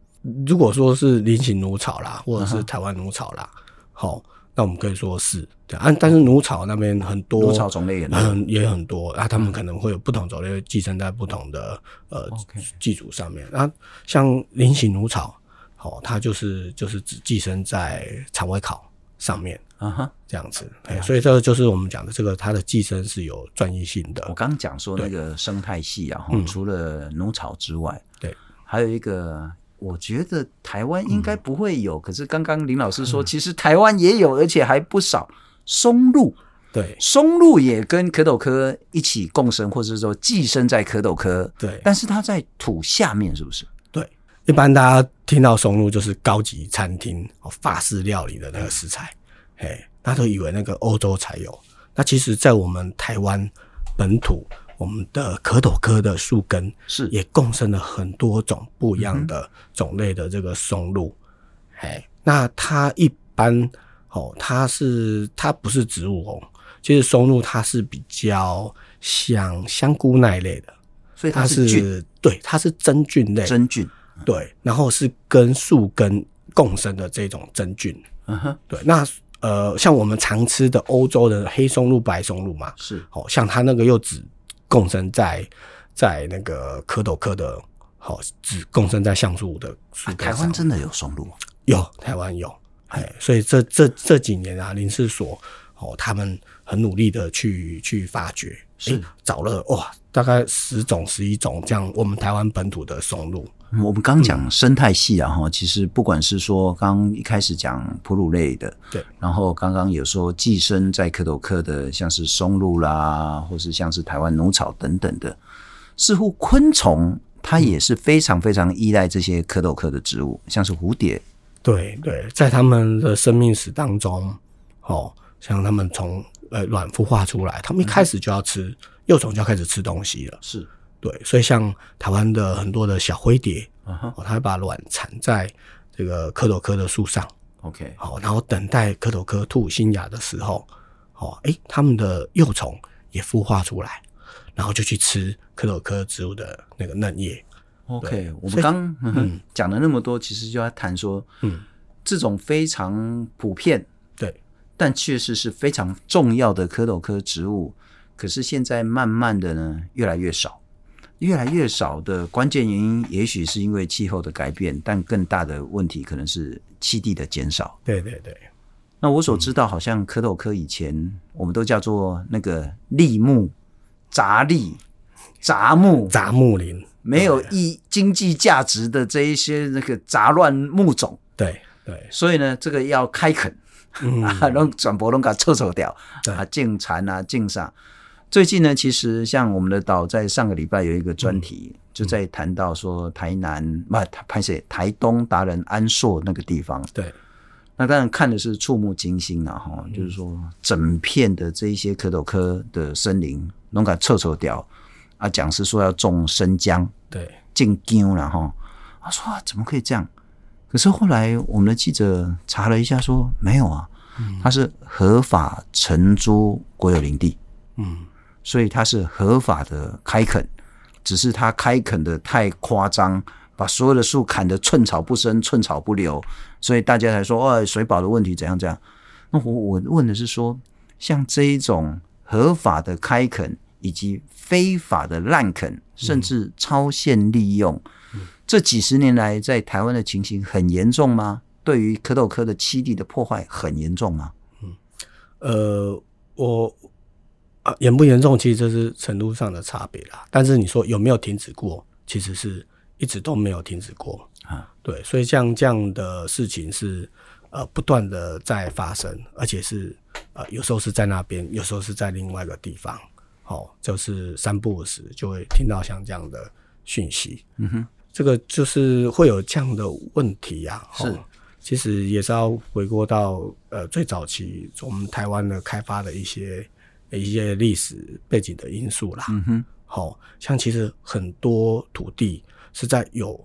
Speaker 1: 如果说是菱形奴草啦，或
Speaker 2: 啊
Speaker 1: 者是台湾奴草啦，好、那我们可以说是对啊。但是奴草那边很多，
Speaker 2: 奴草种类也多
Speaker 1: 很也很多啊，他们可能会有不同种类寄生在不同的呃
Speaker 2: OK
Speaker 1: 寄主上面。那哦像菱形奴草，好、它就是就是只寄生在草外考上面
Speaker 2: <laughs> 啊哈，
Speaker 1: 这样子。哎，所以这个就是我们讲的这个它的寄生是有专一性
Speaker 2: 我
Speaker 1: 的。
Speaker 2: 刚讲说那个生态系啊，哈
Speaker 1: 嗯
Speaker 2: 除了农草之外，
Speaker 1: 对，
Speaker 2: 还有一个，我觉得台湾应
Speaker 1: 嗯
Speaker 2: 该不会有，可是刚刚林老师说，其实台湾也有，而且还不少。松露，
Speaker 1: 对
Speaker 2: 松露也跟蝌蚪科一起共生，或者是说寄生在蝌蚪科，
Speaker 1: 对
Speaker 2: 但是它在土下面，是不是？
Speaker 1: 对，一般大家听到松露就是高级餐厅哦，法式料理的那个食材，哎，大家都以为那个欧洲才有。那其实，在我们台湾本土，我们的可斗科的树根
Speaker 2: 是
Speaker 1: 也共生了很多种不一样
Speaker 2: 嗯
Speaker 1: 的种类的这个松露。哎、那它一般哦，它是它不是植物哦，其实松露它是比较像香菇那一类的，
Speaker 2: 所以它
Speaker 1: 它
Speaker 2: 是菌
Speaker 1: 是对，它是真菌类，
Speaker 2: 真菌。
Speaker 1: 对，然后是跟树根共生的这种真菌。
Speaker 2: 嗯哼，
Speaker 1: 对，那呃，像我们常吃的欧洲的黑松露、白松露嘛，
Speaker 2: 是
Speaker 1: 好、像它那个又只共生在在那个蝌蚪科的，好、只共生在橡树的树
Speaker 2: 啊
Speaker 1: 根
Speaker 2: 台
Speaker 1: 上。
Speaker 2: 湾真的有松露，
Speaker 1: 有台湾有，哎，所以这这这几年啊，林氏所哦，他们很努力的去去发掘，
Speaker 2: 是
Speaker 1: 哎找了哇，大概十种十一种这样，我们台湾本土的松露，
Speaker 2: 我们刚
Speaker 1: 嗯
Speaker 2: 讲生态系啊，哈，其实不管是说刚一开始讲哺乳类的，
Speaker 1: 对，
Speaker 2: 然后刚刚有说寄生在蝌蚪科的，像是松露啦，或是像是台湾农草等等的，似乎昆虫它
Speaker 1: 嗯
Speaker 2: 也是非常非常依赖这些蝌蚪科的植物，像是蝴蝶，
Speaker 1: 对对，在他们的生命史当中，哦，像他们从呃卵孵化出来，他们一开始就要吃幼虫，就要开始吃东西了。
Speaker 2: 是，
Speaker 1: 对，所以像台湾的很多的小灰蝶，
Speaker 2: 啊哈
Speaker 1: 哦，它会把卵产在这个蝌蚪科的树上，
Speaker 2: ，OK，
Speaker 1: 好、然后等待蝌蚪科吐新芽的时候，哦，诶，它们的幼虫也孵化出来，然后就去吃蝌蚪科植物的那个嫩叶。
Speaker 2: OK，我
Speaker 1: 所
Speaker 2: 们
Speaker 1: 以
Speaker 2: 刚呵呵 <laughs> 讲了那么多，其实就要谈说，
Speaker 1: 嗯，
Speaker 2: 这种非常普遍，
Speaker 1: 对，
Speaker 2: 但确实是非常重要的蝌蚪科植物，可是现在慢慢的呢，越来越少，越来越少的关键原因，也许是因为气候的改变，但更大的问题可能是栖地的减少。
Speaker 1: 对对对，
Speaker 2: 那我所知道，好像蝌蚪科以前我们都叫做那个立木、杂立、杂木、
Speaker 1: 杂木林，
Speaker 2: 没有意经济价值的这一些那个杂乱木种，
Speaker 1: 对对，
Speaker 2: 所以呢，这个要开垦，
Speaker 1: 嗯，
Speaker 2: <laughs> 啊，让转播拢给它撤走掉，
Speaker 1: 对
Speaker 2: 啊，净蚕啊，净啥。最近呢，其实像我们的岛在上个礼拜有一个
Speaker 1: 嗯
Speaker 2: 专题，就在谈到说台南不台拍摄台东达人安硕那个地方，
Speaker 1: 对。
Speaker 2: 那当然看的是触目惊心啊，哈，
Speaker 1: 嗯
Speaker 2: 就是说整片的这一些蝌蚪科的森林拢给它撤走掉，啊，讲是说要种生姜，
Speaker 1: 对，
Speaker 2: 进丢了哈。他说、啊、怎么可以这样？可是后来我们的记者查了一下说，没有啊，它是合法承租国有林地，
Speaker 1: 嗯，
Speaker 2: 所以它是合法的开垦，只是它开垦的太夸张。把所有的树砍得寸草不生、寸草不留，所以大家才说哦，水保的问题怎样怎样。那我我问的是说，像这一种合法的开垦以及非法的滥垦，甚至超限利用，这几十年来在台湾的情形很严重吗？对于蝌蚪科的栖地的破坏很严重吗？
Speaker 1: 呃，我啊严不严重，其实这是程度上的差别啦。但是你说有没有停止过，其实是一直都没有停止过
Speaker 2: 啊。
Speaker 1: 对，所以像这样的事情是呃不断的在发生，而且是呃有时候是在那边，有时候是在另外一个地方。哦，就是三不五时就会听到像这样的讯息。
Speaker 2: 嗯哼，
Speaker 1: 这个就是会有这样的问题啊哦呀、
Speaker 2: 是
Speaker 1: 齁其实也是要回过到呃最早期我们台湾的开发的一些一些历史背景的因素啦。
Speaker 2: 嗯哼，
Speaker 1: 好、像其实很多土地是在有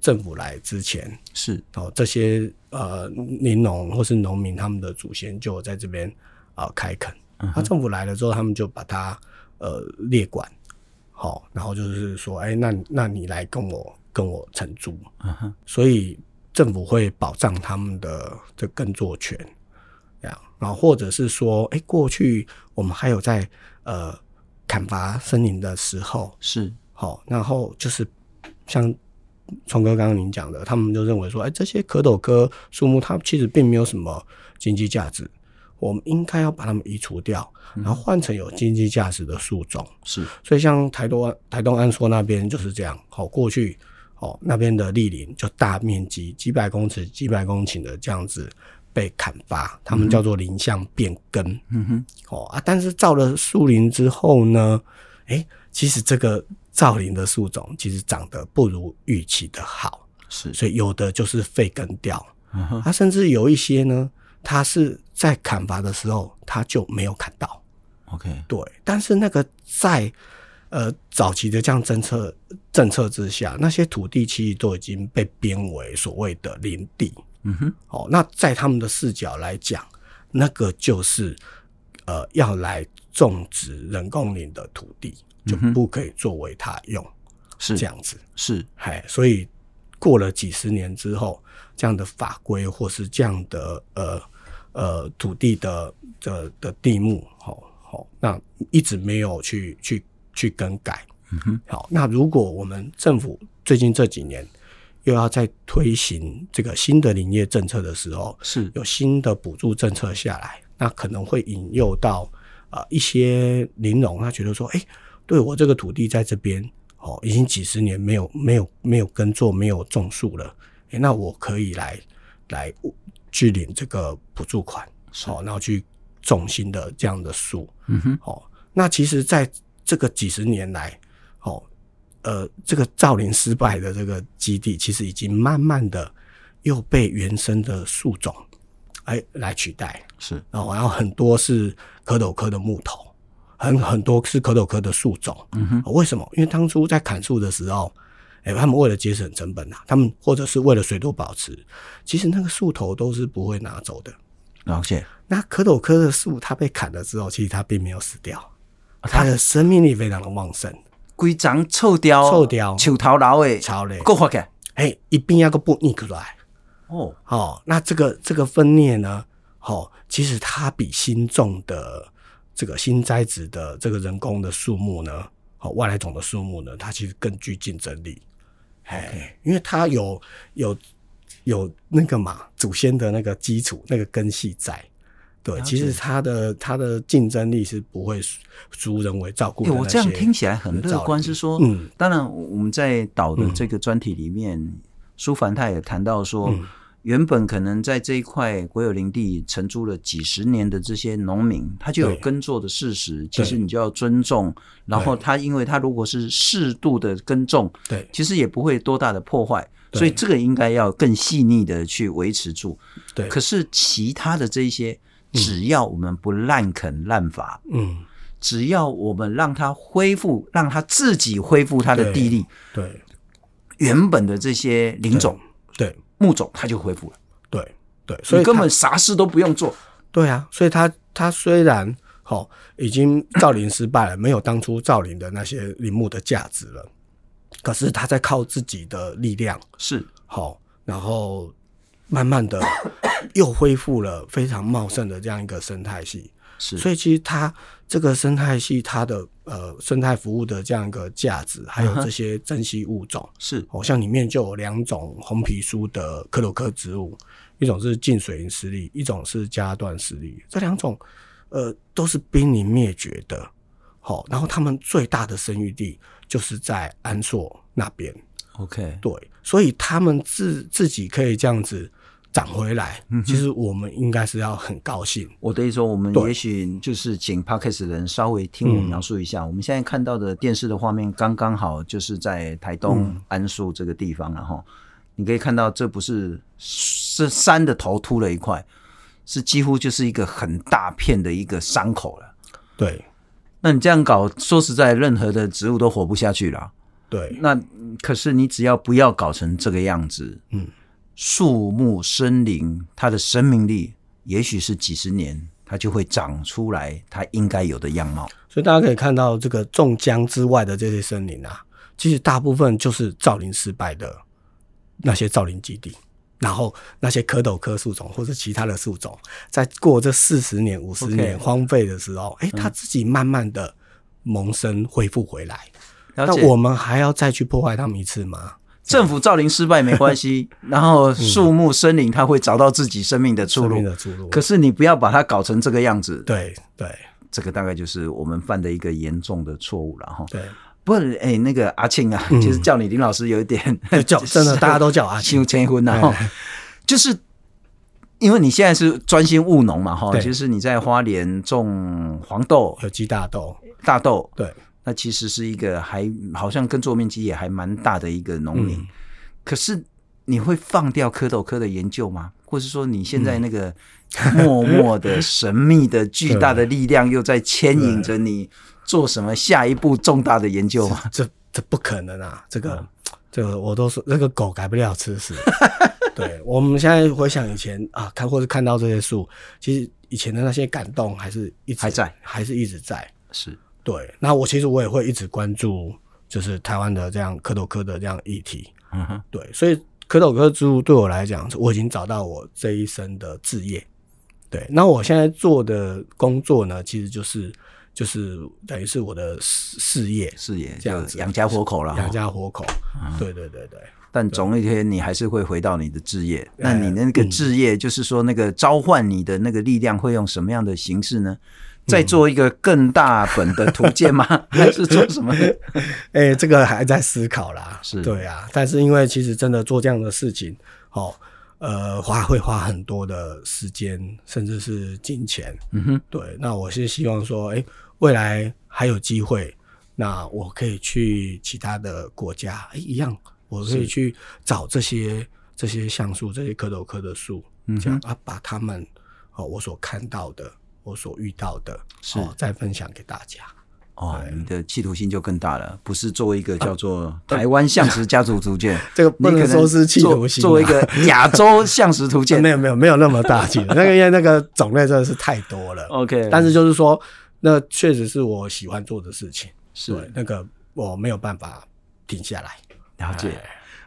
Speaker 1: 政府来之前，
Speaker 2: 是
Speaker 1: 哦，这些呃林农或是农民他们的祖先就有在这边啊、开垦，
Speaker 2: 嗯
Speaker 1: 那、政府来了之后，他们就把它呃列管，好、然后就是说，哎、那那你来跟我跟我承租，
Speaker 2: 嗯哼，
Speaker 1: 所以政府会保障他们的这耕作权，这样，然后或者是说，哎、过去我们还有在呃砍伐森林的时候，
Speaker 2: 是
Speaker 1: 好、然后就是像聪哥刚刚您讲的，他们就认为说，哎，这些蝌蚪科树木它其实并没有什么经济价值，我们应该要把它们移除掉，然后换成有经济价值的树种。
Speaker 2: 是
Speaker 1: 所以像台东安台东安硕那边就是这样，好、过去哦那边的栗林就大面积几百公尺、几百公顷的这样子被砍伐，他们叫做林相变更、
Speaker 2: 嗯哼，
Speaker 1: 哦啊，但是造了树林之后呢，诶、其实这个造林的树种其实长得不如预期的好，
Speaker 2: 是
Speaker 1: 所以有的就是废根掉，
Speaker 2: 嗯哼，
Speaker 1: 它、甚至有一些呢，它是在砍伐的时候它就没有砍到。
Speaker 2: OK，
Speaker 1: 对，但是那个在呃早期的这样政策政策之下，那些土地其实都已经被编为所谓的林地。
Speaker 2: 嗯哼，
Speaker 1: 哦，那在他们的视角来讲，那个就是呃要来种植人工林的土地，就不可以作为它用、
Speaker 2: 是
Speaker 1: 这样子。
Speaker 2: 是
Speaker 1: 哎，所以过了几十年之后，这样的法规或是这样的呃呃土地的的的地目，好、好、那一直没有去去去更改。
Speaker 2: 嗯哼，
Speaker 1: 好，那如果我们政府最近这几年又要再推行这个新的林业政策的时候，
Speaker 2: 是
Speaker 1: 有新的补助政策下来，那可能会引诱到呃一些林农，他觉得说，哎、对我这个土地在这边哦，已经几十年没有没有没有耕作，没有种树了，哎、那我可以来来去领这个补助款，
Speaker 2: 是
Speaker 1: 好、然后去种新的这样的树，
Speaker 2: 嗯哼，
Speaker 1: 哦，那其实在这个几十年来，哦，呃，这个造林失败的这个基地，其实已经慢慢的又被原生的树种哎来取代，
Speaker 2: 是
Speaker 1: 哦，然后很多是可斗科的木头，很很多是可斗科的树种、
Speaker 2: 嗯哼，
Speaker 1: 哦为什么？因为当初在砍树的时候。哎、他们为了节省成本啊，他们或者是为了水土保持，其实那个树头都是不会拿走的。
Speaker 2: 了解，
Speaker 1: 那可斗科的树，它被砍了之后，其实它并没有死掉，它
Speaker 2: 它
Speaker 1: 的生命力非常的旺盛，
Speaker 2: 规章臭掉，
Speaker 1: 臭掉
Speaker 2: 树头老诶，
Speaker 1: 超累，
Speaker 2: 够发起来
Speaker 1: 哎，一并要个不逆过来，
Speaker 2: 哦，
Speaker 1: 哦，那这个这个分裂呢，哦，其实它比新种的这个新栽植的这个人工的树木呢，哦，外来种的树木呢，它其实更具竞争力，哎，因为它有有有那个嘛祖先的那个基础那个根系在。对，
Speaker 2: 了
Speaker 1: 其
Speaker 2: 解
Speaker 1: 实它的它的竞争力是不会输输人为照顾
Speaker 2: 欸
Speaker 1: 的那些、
Speaker 2: 我这样听起来很乐观，
Speaker 1: 造
Speaker 2: 是说，
Speaker 1: 嗯
Speaker 2: 当然我们在导的这个专题里面，舒凡他也谈到说，
Speaker 1: 嗯
Speaker 2: 原本可能在这一块国有林地承租了几十年的这些农民，他就有
Speaker 1: 对
Speaker 2: 耕作的事实，其实你就要尊重，然后他因为他如果是适度的耕种，
Speaker 1: 对
Speaker 2: 其实也不会多大的破坏。
Speaker 1: 对
Speaker 2: 所以这个应该要更细腻的去维持住。
Speaker 1: 对，
Speaker 2: 可是其他的这一些，只要我们不滥垦滥伐，
Speaker 1: 嗯
Speaker 2: 只要我们让它恢复，让它自己恢复它的地力
Speaker 1: 对
Speaker 2: 原本的这些林种
Speaker 1: 对
Speaker 2: 木种，它就恢复了。
Speaker 1: 对对，所
Speaker 2: 所
Speaker 1: 以
Speaker 2: 以根
Speaker 1: 它
Speaker 2: 本啥事都不用做。
Speaker 1: 对啊，所以他他虽然哦已经造林失败了，没有当初造林的那些林木的价值了，可是他在靠自己的力量，
Speaker 2: 是
Speaker 1: 好、然后慢慢的 <coughs> 又恢复了非常茂盛的这样一个生态系。
Speaker 2: 是，
Speaker 1: 所以其实它这个生态系它的呃生态服务的这样一个价值，还有
Speaker 2: 嗯哼
Speaker 1: 这些珍稀物种，
Speaker 2: 是
Speaker 1: 哦，像里面就有两种红皮书的克鲁克植物，一种是近水银石栎，一种是加断石栎，这两种呃都是濒临灭绝的。好、然后它们最大的生育地就是在安硕那边，
Speaker 2: OK，
Speaker 1: 对，所以它们自自己可以这样子长回来，其实我们应该是要很高兴。
Speaker 2: 我的意思说，我们
Speaker 1: 对
Speaker 2: 也许就是请 Parkes 人稍微听我描述一下，我们现在看到的电视的画面刚刚好就是在台东安树这个地方，然后你可以看到，这不是是山的头秃了一块，是几乎就是一个很大片的一个伤口了。
Speaker 1: 对
Speaker 2: 那你这样搞，说实在，任何的植物都活不下去了。啊
Speaker 1: 对
Speaker 2: 那嗯可是你只要不要搞成这个样子，
Speaker 1: 嗯，
Speaker 2: 树木森林它的生命力，也许是几十年，它就会长出来它应该有的样貌。
Speaker 1: 所以大家可以看到，这个中江之外的这些森林啊，其实大部分就是造林失败的那些造林基地，然后那些蝌蚪科树种或者其他的树种，在过这四十年、五十
Speaker 2: OK 嗯
Speaker 1: 年荒废的时候，哎、它自己慢慢的萌生恢复回来。
Speaker 2: 了
Speaker 1: 那
Speaker 2: 解
Speaker 1: 我们还要再去破坏它们一次吗？
Speaker 2: 政府造林失败没
Speaker 1: <laughs>
Speaker 2: 关系，然后树木森林它会找到自己生命的
Speaker 1: 嗯
Speaker 2: 出
Speaker 1: 生命
Speaker 2: 路。
Speaker 1: 的出路。
Speaker 2: 可是你不要把它搞成这个样子，
Speaker 1: 对对
Speaker 2: 这个大概就是我们犯的一个严重的错误了哈。 <laughs>
Speaker 1: 对，
Speaker 2: 不然，哎、那个阿庆啊， <laughs>
Speaker 1: 嗯
Speaker 2: 其实叫你林老师有一点
Speaker 1: 就叫真
Speaker 2: <laughs>
Speaker 1: 的大家都叫阿
Speaker 2: 修
Speaker 1: 青。
Speaker 2: 千婚呐、
Speaker 1: 哎
Speaker 2: 啊，哈就是因为你现在是专心务农嘛，哈，
Speaker 1: 对
Speaker 2: 就是你在花莲种黄豆、
Speaker 1: 有机大豆，
Speaker 2: 大豆，
Speaker 1: 对，
Speaker 2: 那其实是一个还好像耕作面积也还蛮大的一个农民，
Speaker 1: 嗯
Speaker 2: 可是你会放掉蝌蚪科的研究吗？或是说你
Speaker 1: 嗯
Speaker 2: 现在那个默默的、神秘的、巨大的力量又在牵引
Speaker 1: <laughs>
Speaker 2: 着你做什么下一步重大的研究吗？
Speaker 1: 这这不可能啊！这
Speaker 2: 嗯
Speaker 1: 个、这个我都说，那个狗改不了吃
Speaker 2: <laughs>
Speaker 1: 屎。对，我们现在回想以前啊，看或是看到这些树，其实以前的那些感动还是一直
Speaker 2: 还在，
Speaker 1: 还是一直在。
Speaker 2: 是，
Speaker 1: 对，那我其实我也会一直关注，就是台湾的这样蝌蚪科的这样议题。
Speaker 2: 嗯哼，
Speaker 1: 对，所以蝌蚪科之路对我来讲，我已经找到我这一生的志业。对，那我现在做的工作呢，其实就是就是等于是我的事事业，
Speaker 2: 是也
Speaker 1: 这样子
Speaker 2: 就养家活口了哈
Speaker 1: 养。家活口。对对对对，
Speaker 2: 但总有一天你还是会回到你的置业。那
Speaker 1: 哎
Speaker 2: 你那个
Speaker 1: 嗯
Speaker 2: 置业，就是说那个召唤你的那个力量会用什么样的形式
Speaker 1: 嗯
Speaker 2: 呢？再做一个更大本的图
Speaker 1: <laughs>
Speaker 2: 鉴吗？还是做什么？
Speaker 1: 哎、这个还在思考啦。
Speaker 2: 是
Speaker 1: 对啊，但是因为其实真的做这样的事情，哦，呃，花会花很多的时间，甚至是金钱。<laughs>
Speaker 2: 嗯哼，
Speaker 1: 对，那我是希望说，哎、未来还有机会，那我可以去其他的国家，哎、一样，我可以去找这些这些橡树、这些蝌蚪科的树，
Speaker 2: 嗯哼
Speaker 1: 这样啊，把他们哦，我所看到的，我所遇到的，
Speaker 2: 是
Speaker 1: 哦、再分享给大家。
Speaker 2: 哦，
Speaker 1: 对
Speaker 2: 你的企图心就更大了，不是作为一个叫做台湾相石家族图鉴，
Speaker 1: 这个呃 <laughs> 不
Speaker 2: 你可
Speaker 1: 能说是企图心啊
Speaker 2: 做作为一个亚洲相石图鉴
Speaker 1: 没。有没有没 <laughs> 有那么大
Speaker 2: <laughs>
Speaker 1: 气，那个因为那个种类真的是太多了。
Speaker 2: OK，
Speaker 1: 但是就是说，那确实是我喜欢做的事情，
Speaker 2: 是
Speaker 1: 对那个我没有办法停下来。
Speaker 2: 了解。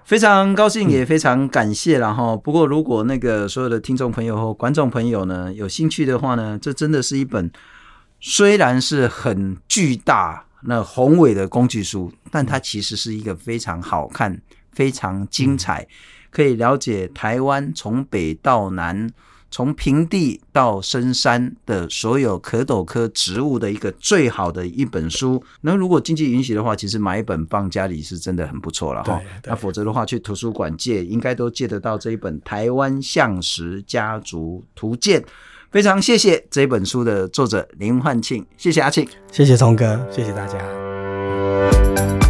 Speaker 2: 非常高兴，也非常感谢啦。哈、不过，如果那个所有的听众朋友和观众朋友呢有兴趣的话呢，这真的是一本虽然是很巨大、那宏伟的工具书，但它其实是一个非常好看、非常精彩，可以了解台湾从北到南、从平地到深山的所有可斗科植物的一个最好的一本书。那如果经济允许的话，其实买一本放家里是真的很不错了哈
Speaker 1: 对。对
Speaker 2: 那否则的话，去图书馆借应该都借得到这一本《台湾相石家族图鉴》。非常谢谢这本书的作者林焕庆，谢谢阿庆。
Speaker 1: 谢谢聪哥，谢谢大家。